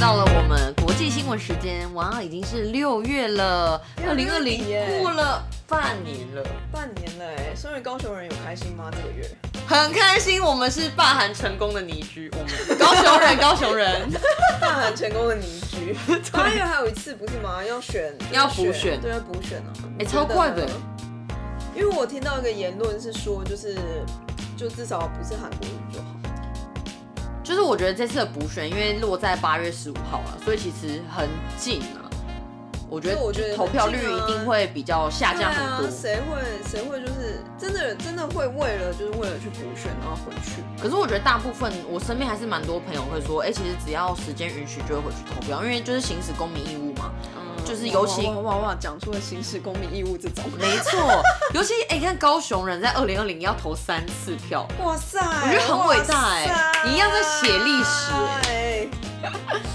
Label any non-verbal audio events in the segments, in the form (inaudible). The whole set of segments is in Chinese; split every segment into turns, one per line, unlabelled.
到了我们国际新闻时间，哇，已经是六月了，二零二
六月底耶
零过了半年了，
半年了哎，身为高雄人有开心吗？这个月？
很开心，我们是霸韩成功的泥居，我们高雄 (laughs) 人，高雄人，
大韩成功的邻
(laughs)
居。八月还有一次不是吗？要选，
要补选
对，要补选啊！
哎超快的
你觉得呢。因为我听到一个言论是说，就是就至少不是韩国语就好。
就是我觉得这次的补选，因为落在八月十五号了，所以其实很近啊。我觉
对我觉得
得投
很
票率
近啊
一定会比较下
对
降很
啊
多，，
谁会谁会就是真的真的会为了就是为了去补选然后回去？
可是我觉得大部分我身边还是蛮多朋友会说，哎、其实只要时间允许就会回去投票，因为就是行使公民义务嘛。
嗯
就是尤其
哇哇哇哇，讲出了行使公民义务这种。
没错，尤其哎、你看高雄人在二零二零要投三次票，
哇塞，我
我觉得很伟大哎你一样在写历史
哎。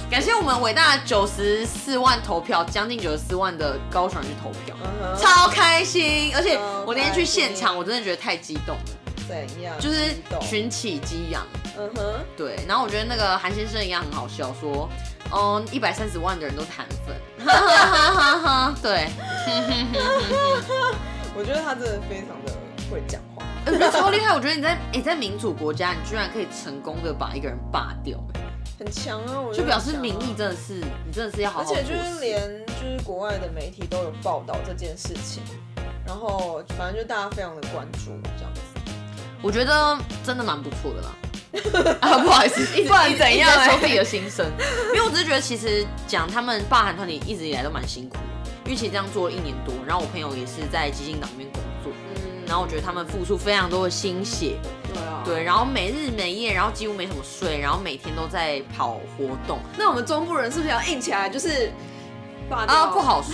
感谢我们伟大的九十四万投票，将近九十四万的高雄人去投票，
嗯哼
超开心！而且
超
我那天去现
开
场，
心
我真的觉得太激动了，
怎样？
就是
激动
群起激扬。
嗯哼，
对，然后我觉得那个韩先生一样很好笑，说，嗯，一百三十万的人都是韩粉，哈哈哈哈哈。 (laughs) 对，
我觉得他真的非常的会讲话。
我觉得呃超厉害。我觉得你在你在民主国家，你居然可以成功的把一个人罢掉，
很强啊，我觉
就
得
表示
很强啊
民意真的是你真的是要好
而
好做
且
事。
就是连就是国外的媒体都有报道这件事情，然后反正就大家非常的关注这样子。
我觉得真的蛮不错的啦。 (laughs) 啊，不好意思，一直
(laughs) 不然
一直
怎样
一直在
欸
说自己的心声，因为我只是觉得其实讲他们霸韩团体一直以来都蛮辛苦的，因为其实这样做了一年多，然后我朋友也是在基金党里面工作，
嗯
然后我觉得他们付出非常多的心血，
对啊，
对，然后每日每夜，然后几乎没什么睡，然后每天都在跑活动
那我们中部人是不是要硬起来？就是把
啊，不好说。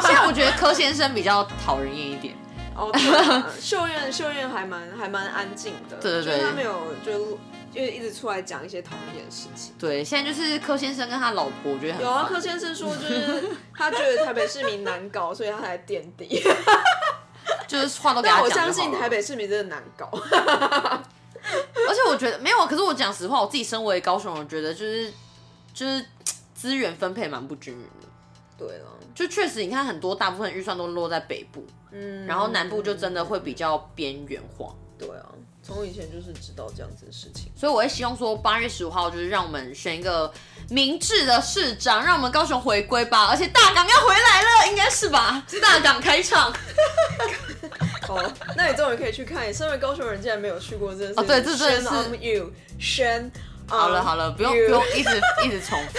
现在我觉得柯先生比较讨人厌一点，
哦，
(laughs)
对啊秀燕秀燕还蛮还蛮安静的，
对对对
就是他没有就就一直出来讲一些讨人厌的事情。
对，现在就是柯先生跟他老婆，我觉得很
有啊，
烦
柯先生说就是他觉得台北市民难搞，所以他才垫
(laughs)
底。
就是话都给他
但
讲
我
就好
相
了
信台北市民真的难搞。
而且我觉得没有，可是我讲实话，我自己身为高雄人，我觉得就是就是资源分配蛮不均匀的。
对了，
就确实，你看很多大部分预算都落在北部，
嗯，
然后南部就真的会比较边缘化。
对啊，从以前就是知道这样子的事情。
所以我会希望说，八月十五号就是让我们选一个明智的市长，让我们高雄回归吧。而且大港要回来了，应该是吧？大港开唱
(laughs) 好，啊那你终于可以去看。你身为高雄人，竟然没有去过，真的是
哦对这真的
shame
是
on you，宣。
好了好了，不用不用一直一直重复。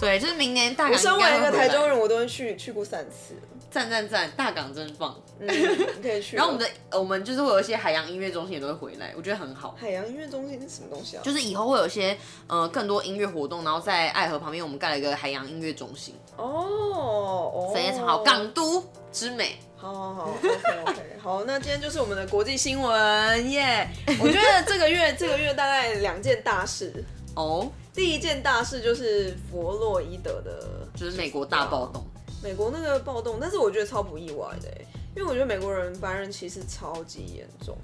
对，就是明年大
我
港
身
应
为
该
一
会
个
回来。
台中人，我都会去去过三次。
赞赞赞，大港真棒。 (laughs)
嗯，你可以去。
然后我们的呃我们就是会有一些海洋音乐中心也都会回来，我觉得很好。
海洋音乐中心是什么东西啊？
就是以后会有一些呃更多音乐活动，然后在爱河旁边我们盖了一个海洋音乐中心，
哦哦，
非常好，港都之美。
好好哦好，OK OK，好，那今天就是我们的国际新闻耶。我觉得这个月这个月大概两件大事，
哦，
第一件大事就是佛洛伊德的
就是美国大暴动，
美国那个暴动，但是我觉得超不意外的耶，因为我觉得美国人白人歧视超级严重，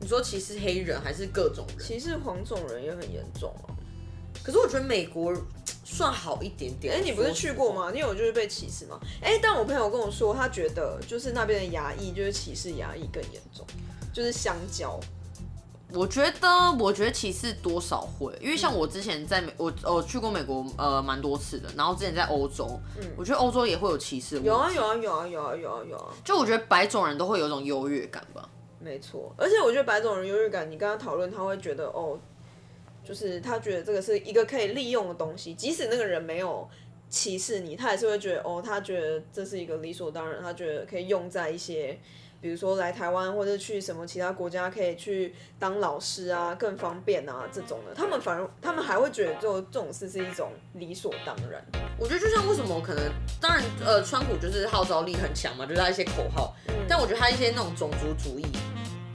你说歧视黑人还是各种人？
歧视黄种人也很严重啊。
可是我觉得美国算好一点点。
哎、你不是
我说
去过？吗？你有就是被歧视吗？哎、但我朋友跟我说，他觉得就是那边的牙医就是歧视牙医更严重，就是香蕉。
我觉得，我觉得歧视多少会，因为像我之前在美，我我去过美国呃蛮多次的，然后之前在欧洲，我觉得欧洲也会嗯有歧视的问题。
有啊有啊有啊有啊有啊有啊，
就我觉得白种人都会有一种优越感吧。
没错。而且我觉得白种人优越感，你跟他讨论，他会觉得哦，就是他觉得这个是一个可以利用的东西，即使那个人没有歧视你，他也是会觉得哦，他觉得这是一个理所当然，他觉得可以用在一些。比如说来台湾或者去什么其他国家，可以去当老师啊，更方便啊这种的，他们反而他们还会觉得做这种事是一种理所当然。
我觉得就像为什么可能，当然呃，川普就是号召力很强嘛，就是他一些口号，但我觉得他一些那种种族主义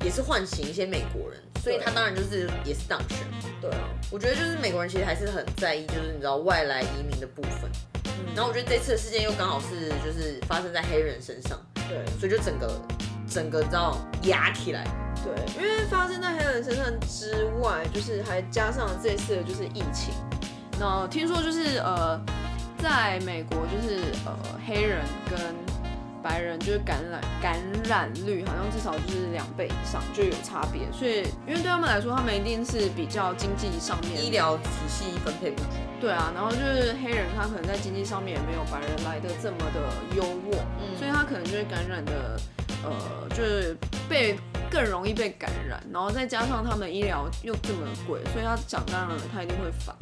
也是唤醒一些美国人，所以
对
他当然就是也是当选。
对啊，
我觉得就是美国人其实还是很在意，就是你知道外来移民的部分。然后我觉得这次的事件又刚好是就是发生在黑人身上，
对。
所以就整个整个你知道压起来。
对，因为发生在黑人身上之外，就是还加上这次的就是疫情，那听说就是呃，在美国就是呃黑人跟白人就是感染感染率好像至少就是两倍以上就有差别，所以因为对他们来说，他们一定是比较经济上面
医疗体系分配不均，
对啊，然后就是黑人他可能在经济上面也没有白人来的这么的优渥，
嗯
所以他可能就会感染的，呃，就是被更容易被感染，然后再加上他们医疗又这么贵，所以他想当然了，他一定会反，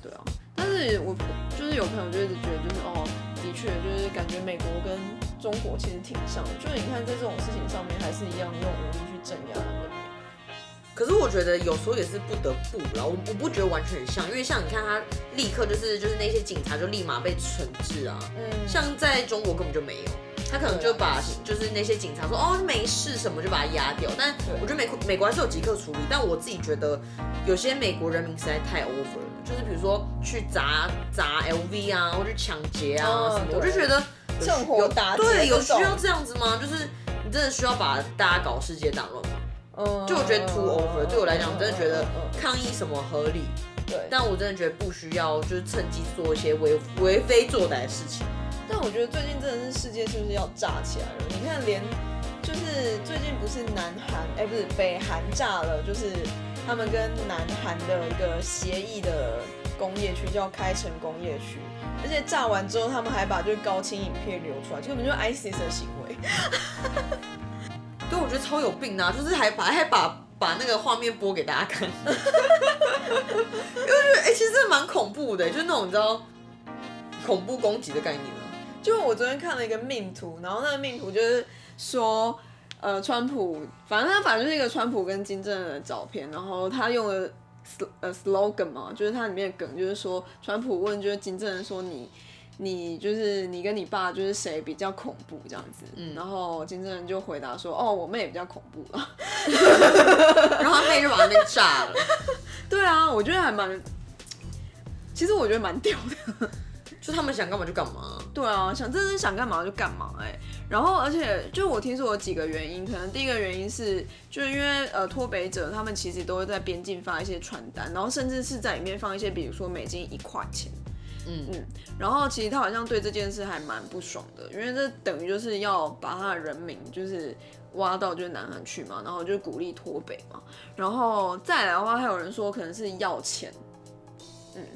对啊。但是我就是有朋友就一直觉得就是哦，的确就是感觉美国跟中国其实挺像的，就是你看在这种事情上面还是一样用武力去镇压他们。
可是我觉得有时候也是不得不啦，我我不觉得完全很像，因为像你看他立刻就是就是那些警察就立马被惩治啊，
嗯
像在中国根本就没有，他可能就
啊
把就是那些警察说哦没事什么就把他压掉，但
对
我觉得美国美国还是有即刻处理，但我自己觉得有些美国人民实在太 over 了，就是比如说去砸砸 LV 啊，或者抢劫啊、
嗯
什么，
对
我就觉得
哦趁火
有
打劫
对，有
这
需
种
要这样子吗？就是你真的需要把大家搞世界大乱吗？
嗯，
呃就我觉得 too over，对我来讲，我真的觉得
嗯嗯嗯
抗议什么合理，
呃对。
但我真的觉得不需要，就是趁机做一些为为非作歹的事情。
但我觉得最近真的是世界是不是要炸起来了？你看连就是最近不是南韩哎、不是北韩炸了，就是他们跟南韩的一个协议的工业区叫开城工业区，而且炸完之后他们还把就是高清影片流出来，这根本就是 ISIS 的行为。
对，我觉得超有病的、啊，就是还把还把把那个画面播给大家看， (laughs) 因为我觉得哎、其实真的蛮恐怖的，就是那种你知道恐怖攻击的概念啊。
就我昨天看了一个命图，然后那个命图就是
说，呃，川普，反正他反正就是一个川普跟金正恩的照片，然后他用了 sl 呃 slogan 嘛，就是它里面的梗就是说，川普问就是金正恩说你。你就是你跟你爸就是谁比较恐怖这样子，然后金正恩就回答说，哦，我妹比较恐怖 (laughs) 啊。
然后他妹就把那边炸了，
对啊，我觉得还蛮，其实我觉得蛮屌的。
就他们想干嘛就干嘛。
对啊，想真的是想干嘛就干嘛哎、然后，而且就我听说有几个原因，可能第一个原因是，就是因为呃脱北者他们其实都会在边境发一些传单，然后甚至是在里面放一些，比如说美金一块钱。
嗯
嗯，然后其实他好像对这件事还蛮不爽的，因为这等于就是要把他的人民就是挖到就是南韩去嘛，然后就鼓励脱北嘛，然后再来的话，还有人说可能是要钱，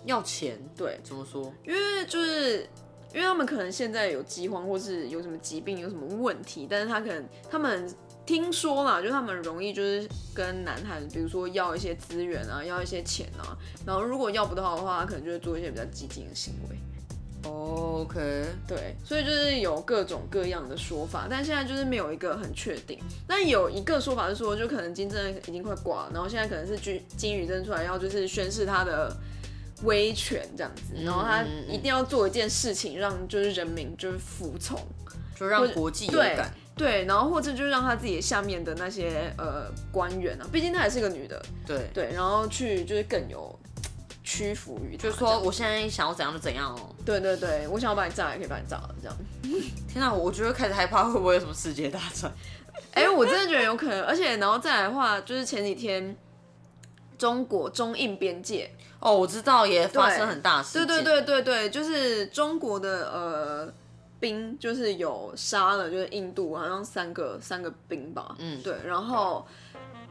要钱
对，
怎么说？
因为就是因为他们可能现在有饥荒，或是有什么疾病、有什么问题，但是他可能他们听说啦，就他们容易就是跟南韩，比如说要一些资源啊，要一些钱啊，然后如果要不到的话，他可能就会做一些比较激进的行为。
OK，
对，所以就是有各种各样的说法，但现在就是没有一个很确定。但有一个说法是说，就可能金正恩已经快挂了，然后现在可能是金金宇正出来要就是宣示他的威权这样子，然后他
嗯嗯嗯
一定要做一件事情，让就是人民就是服从，
就让国际有
对
感。
对，然后或者就是让他自己下面的那些呃官员啊，毕竟她也是个女的，
对，
对，然后去就是更有屈服于她
就
这样，
是说我现在想要怎样就怎样哦。
对对对，我想要把你炸也可以把你炸了这样。
天哪、我觉得开始害怕会 (laughs) 不会有什么世界大战？
哎、我真的觉得有可能，而且然后再来的话，就是前几天中国中印边界，
哦，我知道也发生很大的事
对
情。
对对对对，就是中国的呃兵，就是有杀了就是印度好像三个三个兵吧，
嗯
对，然后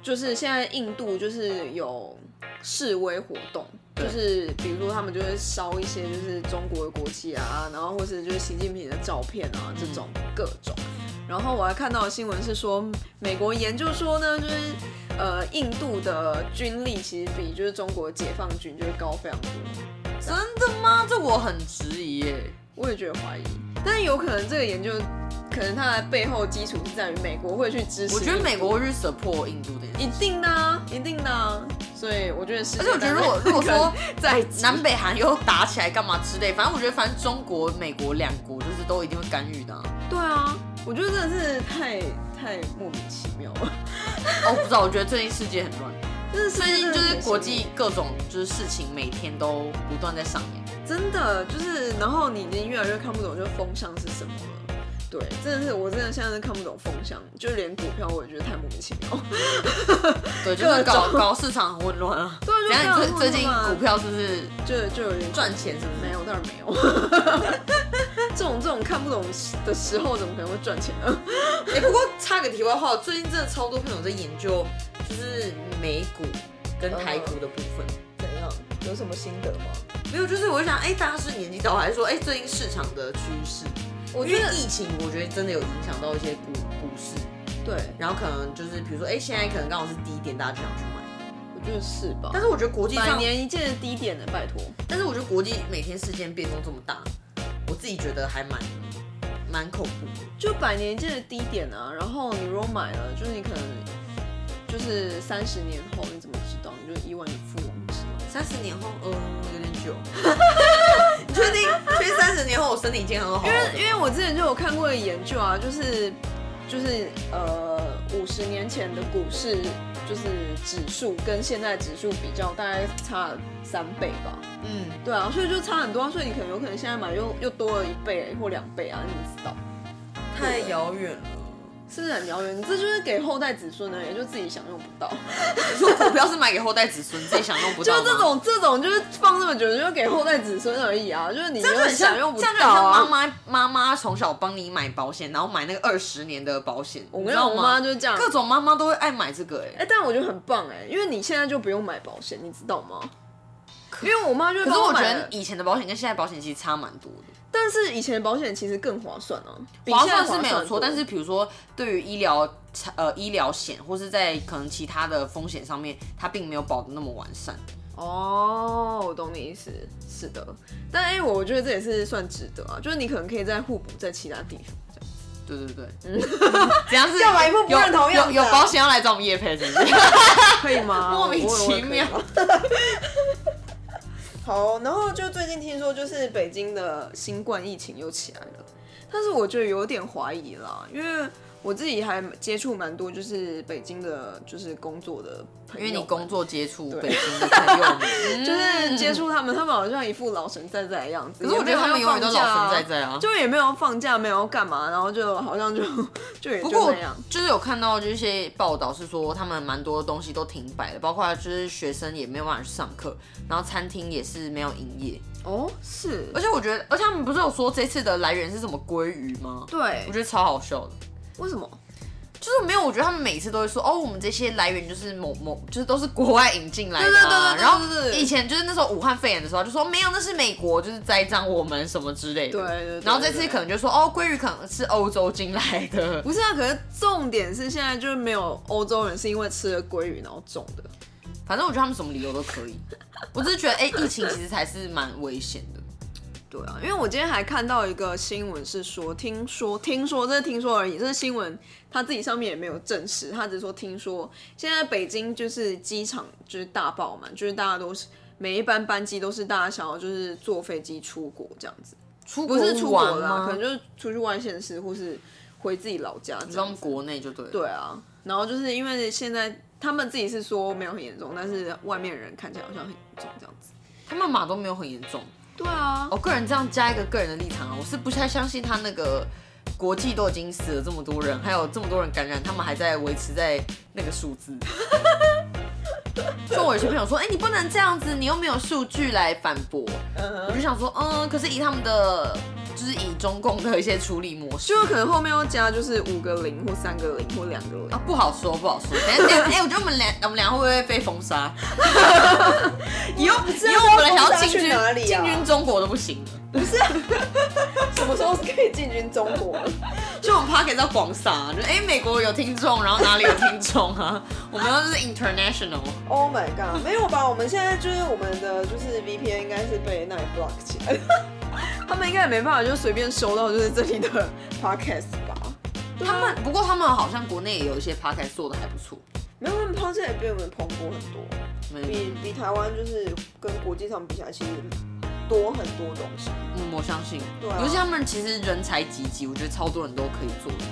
就是现在印度就是有示威活动。
对
就是比如说，他们就会烧一些就是中国的国旗啊，然后或是就是习近平的照片啊，这种各种。然后我还看到的新闻是说，美国研究说呢，就是呃，印度的军力其实比就是中国解放军就是高非常多。
真的吗？这我很质疑耶。
我也觉得怀疑，但是有可能这个研究，可能它的背后基础是在于美国会去支持。
我觉得美国会去 support 印度的，
一定的、啊，一定的、啊，所以我觉得是。
而且我觉得如果如果说
在
(laughs) 南北韩又打起来干嘛之类，反正我觉得反正中国、美国两国就是都一定会干预的啊、
对啊，我觉得真的是太太莫名其妙了。 (laughs)
哦，我不知道，我觉得最近世界很乱， (laughs)
就是
最近就是国际各种就是事情每天都不断在上演。
真的就是，然后你已经越来越看不懂，就是风向是什么了。对，真的是我真的现在是看不懂风向，就连股票我也觉得太莫名其
(laughs)
妙。
对，就是搞搞市场很混乱 (laughs) 啊。
对啊就
怎样？你
非常
最
混
最近
乱
股票是不是
就就有点
赚钱是不是
没有，当然没有。 (laughs) 这种这种看不懂的时候，怎么可能会赚钱呢？
哎、不过插个题外话，我最近真的超多朋友在研究，就是美股跟台股的部分。
嗯
怎样？有什么心得吗？
没有，就是我就想，哎、大家是年纪到，还是说，哎、最近市场的趋势？
我
因
觉
为
得
疫情，我觉得真的有影响到一些股股市，
对，
然后可能就是比如说，哎、现在可能刚好是低点，大家就想去买。
我觉得是吧
但。是我觉得国际
百
上，
年一见的低点呢，拜托。
但是我觉得国际每天事件变动这么大，我自己觉得还蛮蛮恐怖的。
就百年一见的低点啊。然后你如果买了，就是你可能就是三十年后，你怎么知道？你就亿万富翁知道。
三十年后，嗯，有点久。 (laughs) 你确定？确定三十年后我身体健康都好好
因为
的？
因为我之前就有看过的研究啊，就是就是呃五十年前的股市就是指数跟现在指数比较，大概差了三倍吧。
嗯，
对啊，所以就差很多、啊，所以你可能有可能现在买又又多了一倍或两倍啊，你不知道。
太遥远了。 (laughs)
是不是很遥远？你这就是给后代子孙的，也就自己享用不到。
你说股票是买给后代子孙，自己想用不
就
到吗，
是这种这种就是放那么久，就是给后代子孙而已啊，就是你
这样就
很
很像
享用不
这样就
到
很像妈
啊。
妈妈妈从小帮你买保险，然后买那个二十年的保险，
我
你知
跟你讲
道
我妈
吗？
就是这样，啊
各种妈妈都会爱买这个
哎、
哎、
但我觉得很棒哎、因为你现在就不用买保险，你知道吗？因为我妈就
可是我觉
买
得
了，
以前的保险跟现在保险其实差蛮多的，
但是以前的保险其实更划算啊，比
划
现在
算是没有错，
划算多
但是比如说对于医疗呃医疗险或是在可能其他的风险上面，它并没有保的那么完善。
哦，我懂你意思，是的，但哎、我觉得这也是算值得啊，就是你可能可以再互补在其他地方。这样
对对对， (laughs) 怎样是
干嘛一副不认同样
有
子
有
啊
有保险要来找我们叶培是不是？
可以
(laughs)
吗？
莫名
我
其妙。
我可以吗 (laughs)
好，然后就最近听说，就是北
北京的新冠疫情又起来了，但是我觉得有点怀疑啦，因为我自己还接触蛮多就是北京的，就是工作的朋
因
友，
为你工作接触北京的朋 (laughs) 友们，嗯
就是接触他们，他们好像一副老神在在的样子。
可是我觉得他们永远都老神在在啊
也没有要放假就也没有放假，没有干嘛，然后就好像就就也
不
就
过
那样。
就是有看到这些报道是说，他们蛮多东西都停摆了，包括就是学生也没有办法去上课，然后餐厅也是没有营业。
哦，是，
而且我觉得，而且他们不是有说这次的来源是什么鲑鱼吗？
对
我，觉得超好笑的，
为什么？
就是没有，我觉得他们每次都会说，哦，我们这些来源就是某某，就是都是国外引进来的、啊。
对对对对对
然后
对对
以前就是那时候武汉肺炎的时候，就说哦没有，那是美国就是栽赃我们什么之类的。
对对对对
然后这次可能就说，哦，鲑鱼可能是欧洲进来的。
不是啊，可是重点是现在就是没有欧洲人是因为吃了鲑鱼然后中的。
反正我觉得他们什么理由都可以。我只是觉得，哎、疫情其实才是蛮危险的。
对啊，因为我今天还看到一个新闻是说，听说听说这是听说而已，这是新闻，他自己上面也没有证实，他只是说听说现在北京就是机场就是大爆满，就是大家都是每一班班机都是大家想要就是坐飞机出国这样子，
出
不是出国
玩
啦，
吗？
可能就是出去外县市或是回自己老家这
他
样
们
子。
国内就对了。
对啊，然后就是因为现在他们自己是说没有很严重，但是外面人看起来好像很严重这样子。
他们码都没有很严重。
对啊，
哦我、个人这样加一个个人的立场啊，我是不太相信他那个国际都已经死了这么多人，还有这么多人感染，他们还在维持在那个数字。所以我有些朋友说，哎、你不能这样子，你又没有数据来反驳。我就想说，嗯，可是以他们的，就是以中共的一些处理模式，
就可能后面要加就是五个零或三个零或两个零。
哦
啊，不好说，不好说。等一下，等一下，哎、我觉得我们俩，我们俩会不会被封
(laughs)
杀？
以后不是
因为我本来想
要
要进军，
去哪里
进
啊？
军中国都不行了，
什么时候可以进军中国？
就我们 p o c k e t 要广撒，就是哎、美国有听众，然后哪里有听众啊？ (laughs) 我们要是 international，
Oh my god！没有吧？我们现在就是我们的就是 VPN 应该是被那里 block 起来，
(laughs) 他们应该也没办法就随便收到就是这里的 podcast 吧？
啊
他们不过他们好像国内也有一些 p o c k e t 做的还不错，
没有，他们抛弃也比我们蓬勃很多，
没，
比比台湾就是跟国际上比起来，其实多很多东西。
嗯，我相信，
对啊
尤其他们其实人才济济，我觉得超多人都可以做的。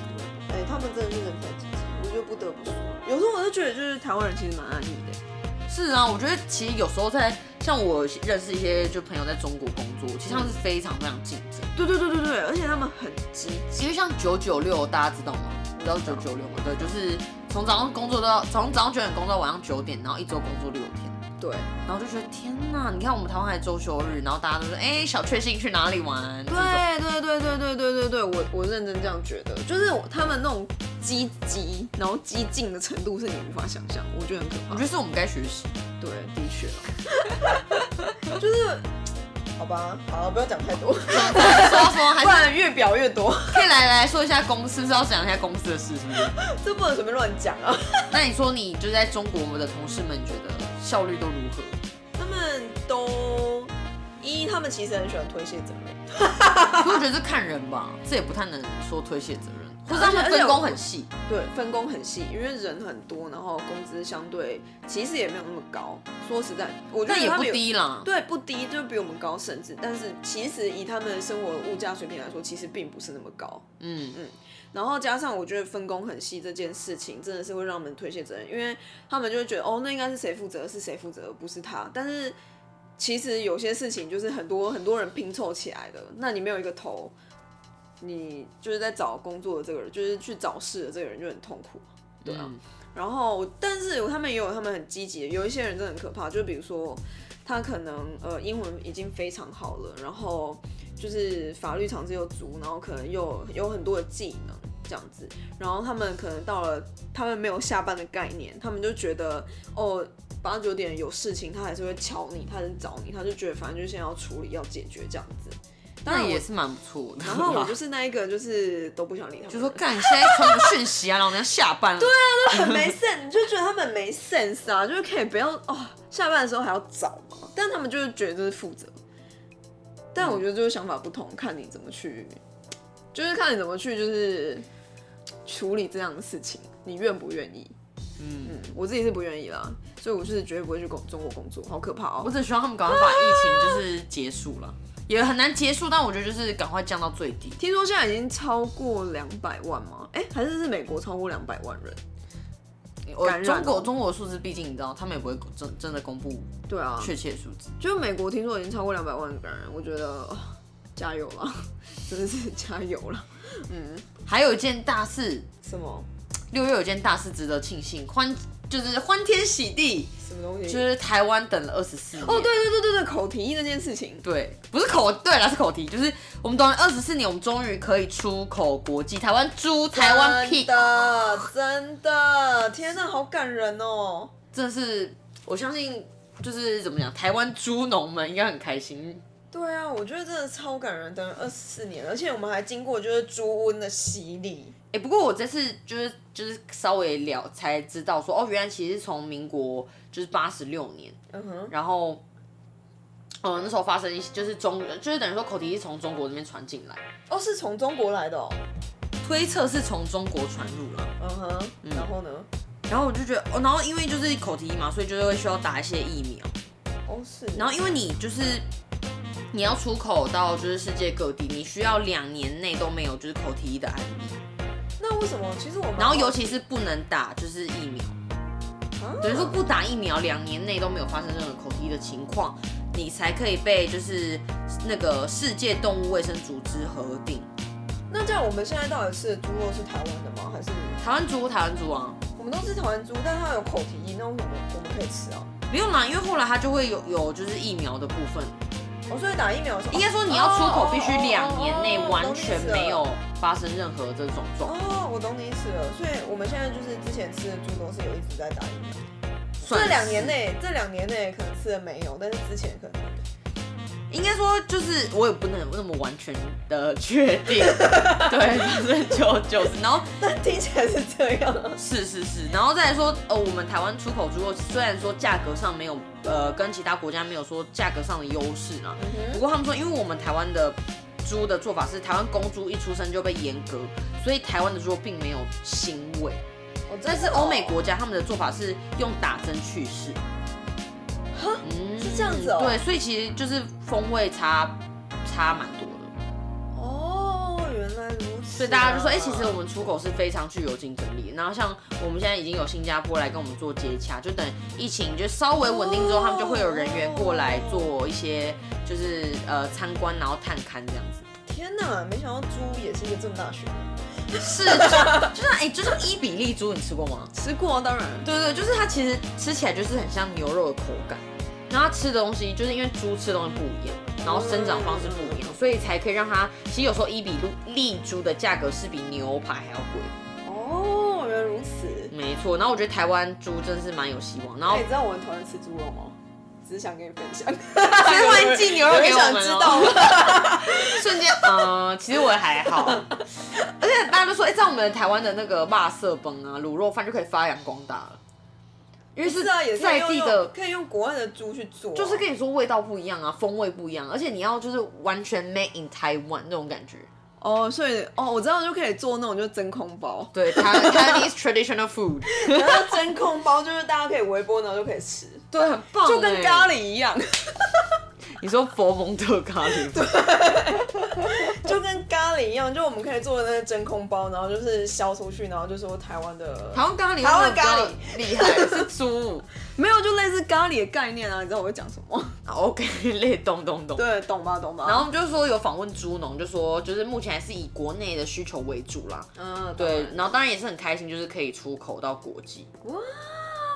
哎、他们真的是人才济济，我就不得不说。
有时候我就觉得就是台湾人其实蛮安逸的，
是啊，我觉得其实有时候在像我认识一些就朋友在中国工作，其实他们是非常非常竞争，
对对对对对，而且他们很积
嗯
极，
因为像九九六大家知道吗？知
啊
道九九六吗？对，就是从早上工作到从早上九点工作到晚上九点，然后一周工作六天。
对
然后就觉得天呐，你看我们台湾还周休日，然后大家都说，哎、小确幸去哪里玩？这种，
对对对对对对对对，我我认真这样觉得，就是我他们那种积极然后激进的程度是你无法想象，我觉得很可怕
我觉。得是我们该学习。 (laughs)
对，的确啊，
(laughs) 就是好吧，好了，不要讲太多，
说说还
(laughs) 不
是
然越表越多，
可以来来说一下公司，是要讲一下公司的事，是不是？
(laughs) 这不能随便乱讲啊。
那你说你就是在中国，我们的同事们觉得效率都如何？
他们都一，他们其实很喜欢推卸责任，
可我觉得是看人吧，这也不太能说推卸责任，或者
而
他
且
们分工很细。
对，分工很细，因为人很多，然后工资相对其实也没有那么高。说实在，我觉
但
得
也
他
不
们有。
低啦，
对，不低
低就比我们高，甚至，但是其实以他们的生活物价水平来说，其实并不是那么高。
嗯，
然后加上我觉得分工很细这件事情，真的是会让我们推卸责任，因为他们就会觉得哦，那应该是谁负责，是谁负责，不是他。但是其实有些事情就是很多很多人拼凑起来的，那你没有一个头，你就是在找工作的这个人，就是去找事的这个人就很痛苦。
对啊，
然后，但是有他们也有他们很积极的，有一些人真的很可怕，就比如说他可能呃英文已经非常好了，然后就是法律常识又足，然后可能又有很多的技能这样子，然后他们可能到了他们没有下班的概念，他们就觉得哦八九点有事情他还是会敲你，他还是找你，他就觉得反正就现在要处理要解决这样子。当
那
然
也
也，
是蛮不错的啦。
然后我就是那一个就是都不想理他们，
(laughs) 就说干，现在传个讯息啊，老娘下班了。对啊，
很没 sense，你就觉得他们没 sense 啊，就是可以不要哦，下班的时候还要找嘛，但他们就是觉得这是负责。但我觉得就是想法不同，看你怎么去，就是看你怎么去，就是处理这样的事情，你愿不愿意？
嗯，
嗯，我自己是不愿意啦，所以我就是绝对不会去工中国工作，好可怕
我
哦！
只希望他们赶快把疫情就是结束了，也很难结束，但我觉得就是赶快降到最低。
听说现在已经超过两百万吗？哎、还是是美国超过两百万人？
我
感染
中
哦
国中国数字，毕竟你知道，他们也不会真真的公布
对啊，
确切数字。
就美国听说已经超过两百万个人，我觉得、哦加油了， (laughs) 真的是加油了。
还有一件大事，
什么
六月有一件大事值得庆幸，欢就是欢天喜地，
什么东西？
就是台湾等了二十四年。
哦，对对对对对，口蹄疫那件事情，
对，不是口对啦，是口蹄，就是我们等了二十四年，我们终于可以出口国际，台湾猪，台湾屁
真，的真的，天哪，好感人哦！
真的是我相信就是怎么讲，台湾猪农们应该很开心。
对啊，我觉得真的超感人，等了二十四年，而且我们还经过就是猪瘟的洗礼，
哎、不过我这次就是就是稍微聊才知道说，哦，原来其实从民国就是八十六年，
嗯哼，
然后，嗯、那时候发生一些，就是中，就是等于说口蹄疫是从中国那边传进来，
哦，是从中国来的哦，
推测是从中国传入了。
嗯哼，然后呢？
然后我就觉得，哦，然后因为就是口蹄疫嘛，所以就是会需要打一些疫苗。
哦是，
然后因为你就是你要出口到就是世界各地，你需要两年内都没有就是口蹄疫的案例，
那为什么？其实我们
然后尤其是不能打就是疫苗，
啊
等于说不打疫苗两年内都没有发生任何口蹄疫的情况，你才可以被就是那个世界动物卫生组织核定。
那这样我们现在到底吃的猪肉是台湾的吗？还是
台湾猪，台湾猪啊，
我们都吃台湾猪，但它有口蹄疫，那为什么我们可以吃啊？
不用啦，因为后来它就会有有就是疫苗的部分，
我、所以打疫苗的时候，
应该说你要出口必须两年内
哦哦哦哦
完全没有发生任何这种状况，
哦，我懂你意思了。所以我们现在就是之前吃的猪都是有一直在打疫苗，
算
这
是
两年内，这两年内可能吃的没有，但是之前可能
应该说就是我也不能那么完全的确定，对，反正就就是，然后
但听起来是这样啊。
是是是，然后再来说，呃，我们台湾出口猪肉虽然说价格上没有，呃，跟其他国家没有说价格上的优势啊，
嗯
不过他们说，因为我们台湾的猪的做法是，台湾公猪一出生就被阉割，所以台湾的猪肉并没有腥味，
我真
但
的
是欧美国家他们的做法是用打针去世，嗯
是这样子哦
对，所以其实就是风味差差蛮多的。
哦，原来如
所
此。
所以大家就说，哎、其实我们出口是非常去油精整理。然后像我们现在已经有新加坡来跟我们做接洽，就等疫情就稍微稳定之后，他们就会有人员过来做一些就是呃参观，然后探勘这样子。
天哪，没想到猪也是一个这么大学
是，就像哎、就像伊比利猪，你吃过吗？
吃过啊当然，
对对，就是它其实吃起来就是很像牛肉的口感，然后它吃的东西就是因为猪吃的东西不一样，然后生长方式不一样，所以才可以让它其实有时候伊比利猪的价格是比牛排还要贵。
哦，原来如此。
没错，然后我觉得台湾猪真是蛮有希望，然
那
后
你知道我很讨厌吃猪肉吗？只是想跟你分享。
(laughs) 所以欢迎寄牛肉给我
想
们
知
哦。
道吗？
(laughs) 瞬间，嗯、其实我还好， (laughs) 而且大家都说，哎、在我们台湾的那个辣色崩啊、卤肉饭就可以发扬光大了，因为
是啊，也是
在
用
地
用
的
可以用国外的猪去做啊，
就是跟你说味道不一样啊，风味不一样，而且你要就是完全 made in Taiwan 那种感觉。
哦，所以哦，我知道就可以做那种就是真空
(laughs)
包，
对台 Taiwanese traditional food，
然后真空包，就是大家可以微波，然后就可以吃，
对，很棒、
就
欸
跟咖喱一 (laughs) 样。
你说佛蒙特咖喱，对，
就跟咖喱一样，就我们可以做的那个真空包，然后就是销出去，然后就说台湾的。
台湾咖喱，
台湾咖喱
厉害，是猪。
没有，就类似咖喱的概念啊，你知道我会讲什么？
啊 OK，类懂懂懂。
对，懂吧，懂吧。
然后我们就说有访问猪农，就说就是目前还是以国内的需求为主啦。
嗯，
对，然后当然也是很开心，就是可以出口到国际。
(laughs)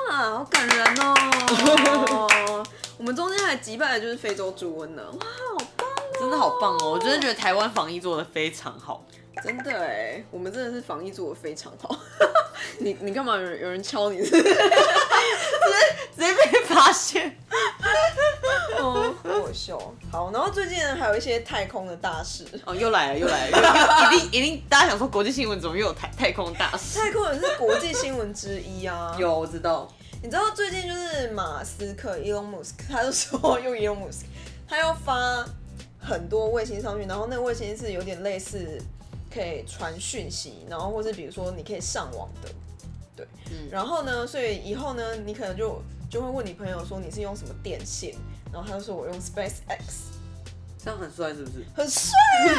啊，好感人哦。我们中间还击败的就是非洲猪瘟呢，哇，
真的好棒哦！我真的觉得台湾防疫做的非常好。
真的哎，我们真的是防疫做的非常好。 (laughs) 你你干嘛有人有人敲你是不是？
直接被发现，
哦
好笑。好，然后最近呢还有一些太空的大事，
哦，又来了，又来了， (laughs) 又又一定一定，大家想说国际新闻怎么又有太太空大事？
太空也是国际新闻之一 (laughs) 啊。，
(laughs) 有，我知道，
你知道最近就是马斯克 Elon Musk，他就说用 Elon Musk，他要发很多卫星上去，然后那个卫星是有点类似可以传讯息，然后或是比如说你可以上网的，对。
嗯
然后呢，所以以后呢，你可能就就会问你朋友说你是用什么电线，然后他就说我用 SpaceX，
这样很帅是不是？
很帅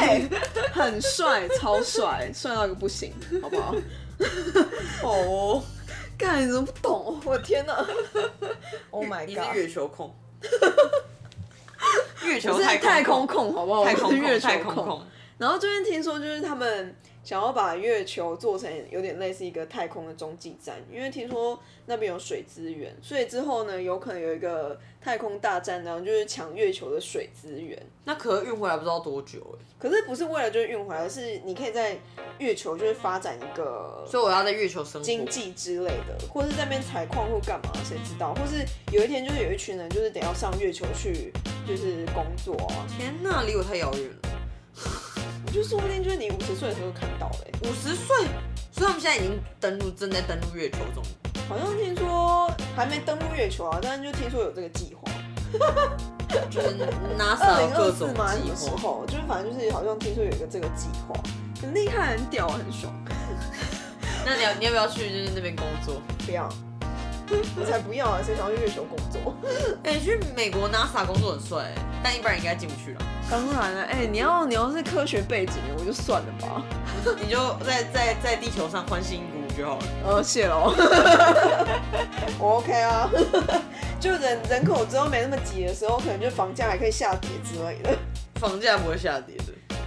欸、
(laughs) 很帅，超帅，帅到一个不
(laughs)
行，好不好？
Oh
哦，
干，你怎么不懂？
我的天哪
(laughs)
！Oh my
你
god！
是月球 (laughs) 控，月球
我是太
太
空
空控，
控，好不好？
太
我
空
是月
控，
球
太空控，
然后最近听说，就是他们想要把月球做成有点类似一个太空的中继站，因为听说那边有水资源，所以之后呢，有可能有一个太空大战，然后就是抢月球的水资源。
那可运回来不知道多久哎，
可是不是为了就是运回来，而是你可以在月球就是发展一个
所以我要在月球生活。
经济之类的，或是在那边采矿或干嘛，谁知道？或是有一天就是有一群人就是得要上月球去就是工作啊，
天哪，离我太遥远了。
我就说不定就是你五十岁的时候看到欸嘞、
五十岁，所以他们现在已经登陆，正在登陆月球 (laughs) 中。
好像听说还没登陆月球啊，但是就听说有这个计划。
就是
二
NASA 有
零二
各
四
种
吗？什
计
么时
划，
候？就是反正就是好像听说有一个这个计划。
很厉害，很屌，很爽。
那你要你要不要去就是那边工作？
不要， (laughs) 我才不要啊！谁想要去月球工作？
哎、去美国 NASA 工作很帅、欸但一般人应该进不去了。
(laughs) 当然了，哎、你要你要是科学背景，我就算了吧。
(laughs) 你就在在在地球上欢欣鼓舞就好了。
呃，谢喽。
(laughs) 我 OK 啊， (laughs) 就人人口之后没那么挤的时候，可能就房价还可以下跌之类的。
房价不会下跌的，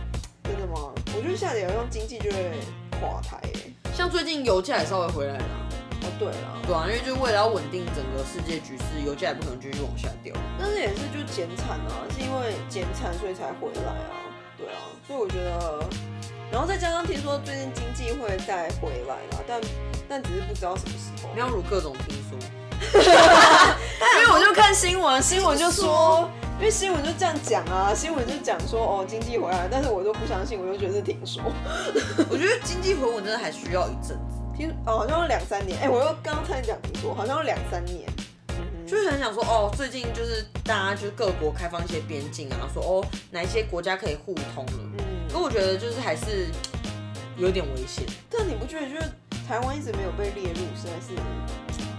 真的吗？我觉得下跌好像经济就会垮台耶、
像最近油价也稍微回来了啊、
哦，对了，
对啊，因为就是为了要稳定整个世界局势，油价也不可能继续往下掉。
但是也是就减产啊，是因为减产所以才回来啊。对啊，所以我觉得，然后再加上听说最近经济会再回来啦，但但只是不知道什么时候。
喵如各种听说，
因为我就看新闻，新闻就说，因为新闻就这样讲啊，新闻就讲说哦经济回来，但是我都不相信，我就觉得是听说，
我觉得经济回稳真的还需要一阵子，
听哦好像有两三年，哎、我又刚刚差点讲听说，好像有两三年，嗯就
就是很想说哦，最近就是大家就是各国开放一些边境啊，说哦哪一些国家可以互通了，可
嗯，
我觉得就是还是有点危险。
但你不觉得就是台湾一直没有被列入，实在是，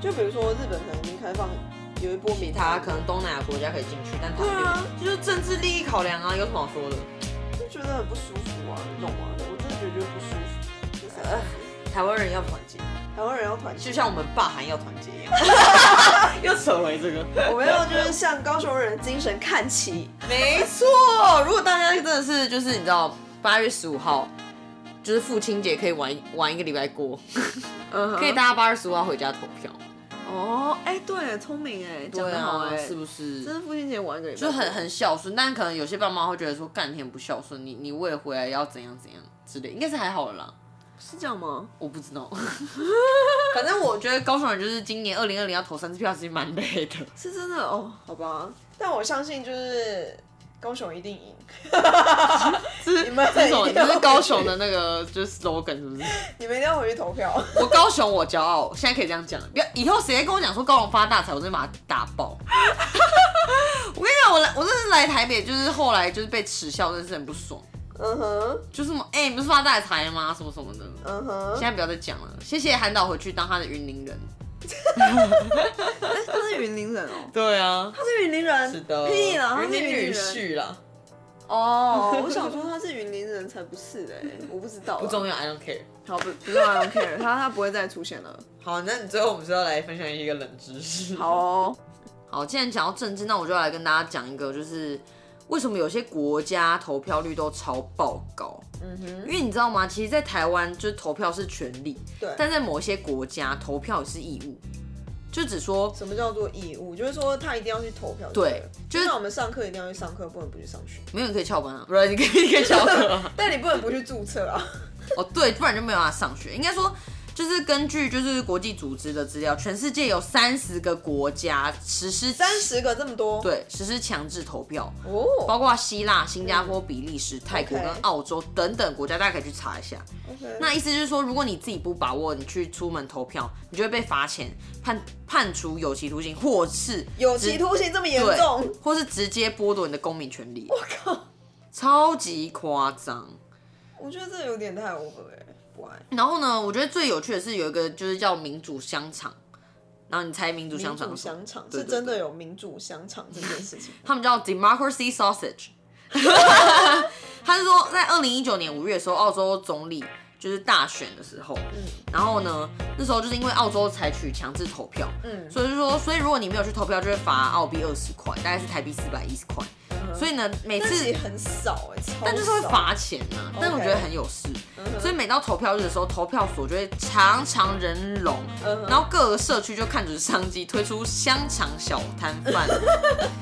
就比如说日本可能已经开放有一波
其
民
他可能东南亚国家可以进去，但他
对啊
这就是政治利益考量啊，有什么好说的？
就觉得很不舒服啊，你懂吗？我真的觉得就就是不舒服，就是很不舒服
台湾人要团结，
台湾人要团结，
就像我们霸韩要团结一样。 (laughs) 又扯回这个，
我们要就是向高雄人的精神看齐。
没错。如果大家真的是就是你知道八月十五号。就是父亲节可以玩玩一个礼拜过，
嗯哼
啊
可以大家八月十五号回家投票，
哦，哎、对，聪明哎，讲
对
得好
啊，
哎，
是不是？
真的父亲节玩一个礼拜，
就很很孝顺，但可能有些爸妈会觉得说，干你很不孝顺，你你为了回来要怎样怎样之类，应该是还好了啦，
是这样吗？
我不知道。 (laughs) 反正我觉得高雄人就是今年二零二零要投三次票，其实蛮累的。
是真的哦，
好吧，但我相信就是高雄一定赢。
这
你们
这是什么？
一定
这
要
是高雄的那个就是 slogan 是不 (laughs) 是？
你们一定要回去投票。
我高雄我骄傲，现在可以这样讲。不要以后谁再跟我讲说高雄发大财，我真的把他打爆。 (laughs) 我跟你讲，我来，我真的是来台北，就是后来就是被耻笑，真的是很不爽。
嗯哼，
就是什么，哎、你不是发大财了吗？什么什么的。
嗯
现在
哼，
不要再讲了，谢谢韩导回去当他的云林人。
他是云林人哦，
对啊，
他是云林人，
的
屁啦他是
云林
女
女
人
婿啦，
哦，我想说他是云林人才不是哎、我不知道、
不重要，I don't care。
好不不用 I don't care，他他不会再出现了，
好，那你最后我们是要来分享一个冷知识。
好哦，
好，既然讲到政治，那我就来跟大家讲一个，就是为什么有些国家投票率都超爆高。
嗯哼，
因为你知道吗？其实，在台湾就是投票是权利，
对
但在某一些国家投票也是义务，就只说
什么叫做义务？就是说他一定要去投票就
对
对了。
就是
像我们上课一定要去上课，不能不去上学。
没有人可以翘班啊，不然你可以你可以翘课
(laughs)
啊、
但你不能不去注册啊。
哦，对，不然就没有办法上学。应该说，就是根据就是国际组织的资料，全世界有三十个国家实施
(laughs) 三十个这么多，
对实施强制投票，
哦
包括希腊、新加坡、比利时、泰国
OK
跟澳洲等等国家，大家可以去查一下。
，OK，
那意思就是说，如果你自己不把握，你去出门投票，你就会被罚钱、判判处有期徒刑，或是
有期徒刑这么严
对
重，
或是直接剥夺你的公民权利。我靠，超级夸张。
我觉得这有点太 over 了、欸不爱。
然后呢，我觉得最有趣的是有一个就是叫民主香肠，然后你猜民主香
民
肠
主
是什么？
香肠
对
是
对
真的有民主香肠这件事情
他们叫 democracy sausage。他是说，在二零一九年五月的时候，澳洲总理就是大选的时候，嗯，然后呢，那时候就是因为澳洲采取强制投票，嗯，所以就说，所以如果你没有去投票，就会罚澳币二十块，大概是台币四百一十块，所以呢，每
但
次
嗯其实很少哎、超
但就是会
少。
罚钱啊。但我觉得很有事，所以每到投票日的时候，投票所就会常常人龙，然后各个社区就看准商机，推出香肠小摊贩，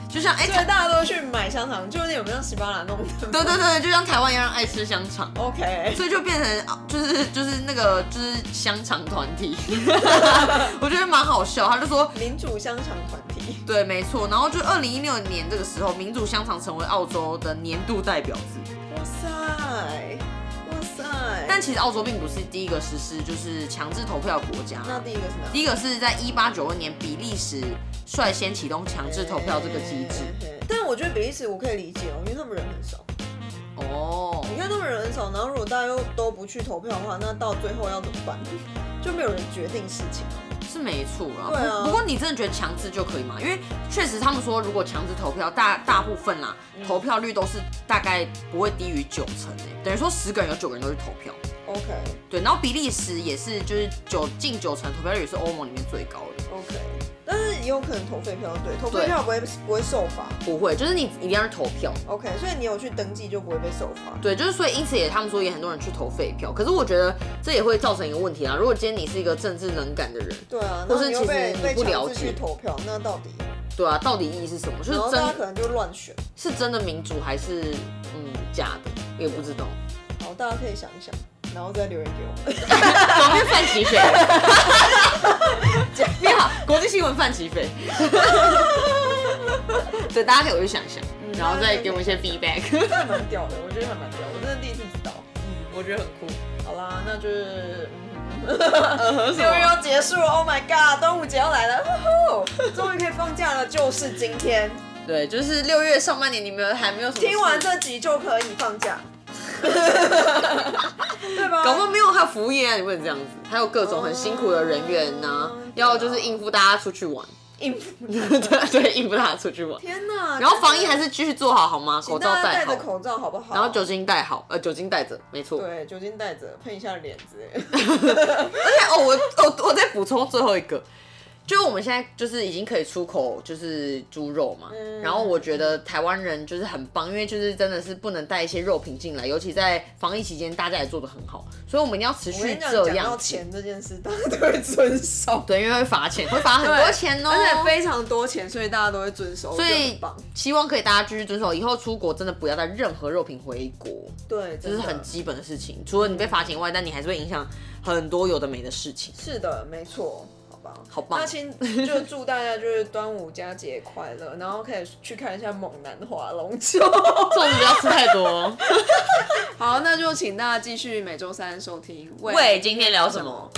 就像哎，
所以大家都去买香肠，就是有没有像喜巴拉弄的
对对对，就像台湾一样爱吃香肠。
？OK，
所以就变成啊就是就是那个就是香肠团体，我觉得蛮好笑。他就说
民主香肠团体，
对，没错。然后就二零一六年这个时候，民主香肠成为澳洲的年度代表字。
哇塞，哇塞。
但其实澳洲并不是第一个实施就是强制投票的国家。
那第一个是哪？
第一个是在一八九二年，比利时率先启动强制投票这个机制。
嘿。嘿但我觉得比利时我可以理解哦，因为他们人很少。
哦，
你看他们人很少，然后如果大家又都不去投票的话，那到最后要怎么办？就没有人决定事情。
是没错啦。
对啊
不不过你真的觉得强制就可以吗？因为确实他们说，如果强制投票，大大部分啦，投票率都是大概不会低于九成诶、等于说十个人有九个人都去投票。
OK
对，然后比利时也是，就是九近九成投票率也是欧盟里面最高的。
OK，但是也有可能投废票，对，投废票不会不会受罚。
不会，就是你一定要去投票。
OK，所以你有去登记就不会被受罚。
对，就是所以因此也他们说也很多人去投废票，可是我觉得这也会造成一个问题啊。如果今天你是一个政治能感的人，
对啊，
或
那
是
你又
其
被
实你
被
不了
强
解
制去投票，那到底？
对啊，到底意义是什么？就
然
是
后大家
真
可能就乱选。
是真的民主还是嗯假的，也不
(laughs)
知道。
好，大家可以想一想，然后再留言给我 (laughs) 们。
旁边范起飞， (laughs) 你好，国际新闻范起飞。对，大家可以回去想一想，
嗯
然后再给我们一些 feedback。 (laughs)
还蛮屌的，我觉得还蛮屌，我真的第一次知道。
我觉得很酷。
好啦，那就是。 (laughs) 呃六日
么
要结束了，Oh my god！端午节要来了，呼呼，终于可以放假了，就是今 (laughs) 天。
对，就是六月上半年你们还没有什么事
听完，这集就可以放 (laughs) 假，对吧？
搞不好没有还有服务业啊，你不能这样子，还有各种很辛苦的人员呢、
哦
要就是应付大家出去玩。 (laughs)
应付。
对对，应付大家出去玩。
天哪！
然后防疫还是继续做好好吗？口
请
罩
大家戴
好
着，口罩好不好？
然后酒精戴好，呃，酒精戴着，没错。
对酒精戴着，喷一下脸之
(laughs)
类的。
哦，我我我再补充最后一个，就是我们现在就是已经可以出口就是猪肉嘛，
嗯
然后我觉得台湾人就是很棒，因为就是真的是不能带一些肉品进来，尤其在防疫期间，大家也做的很好，所以我们一定要持
我跟
续
你讲，
这
讲到
样子。哦
钱这件事，大家都会遵守，
对，因为会罚钱，会罚很多钱哦、
而且非常多钱，所以大家都会遵守，
所
我觉得
以
很棒。
希望可以大家继续遵守，以后出国真的不要带任何肉品回国，
对，
这
这
是很基本的事情。除了你被罚钱以外，但你还是会影响很多有的没的事情。
是的，没错。好吧，
好棒 (laughs)
那先就祝大家就是端午佳节快乐，然后可以去看一下《猛男划龙舟》。 (laughs)
粽子不要吃太多哦。
好，那就请大家继续每周三收听。
喂，今天聊什么？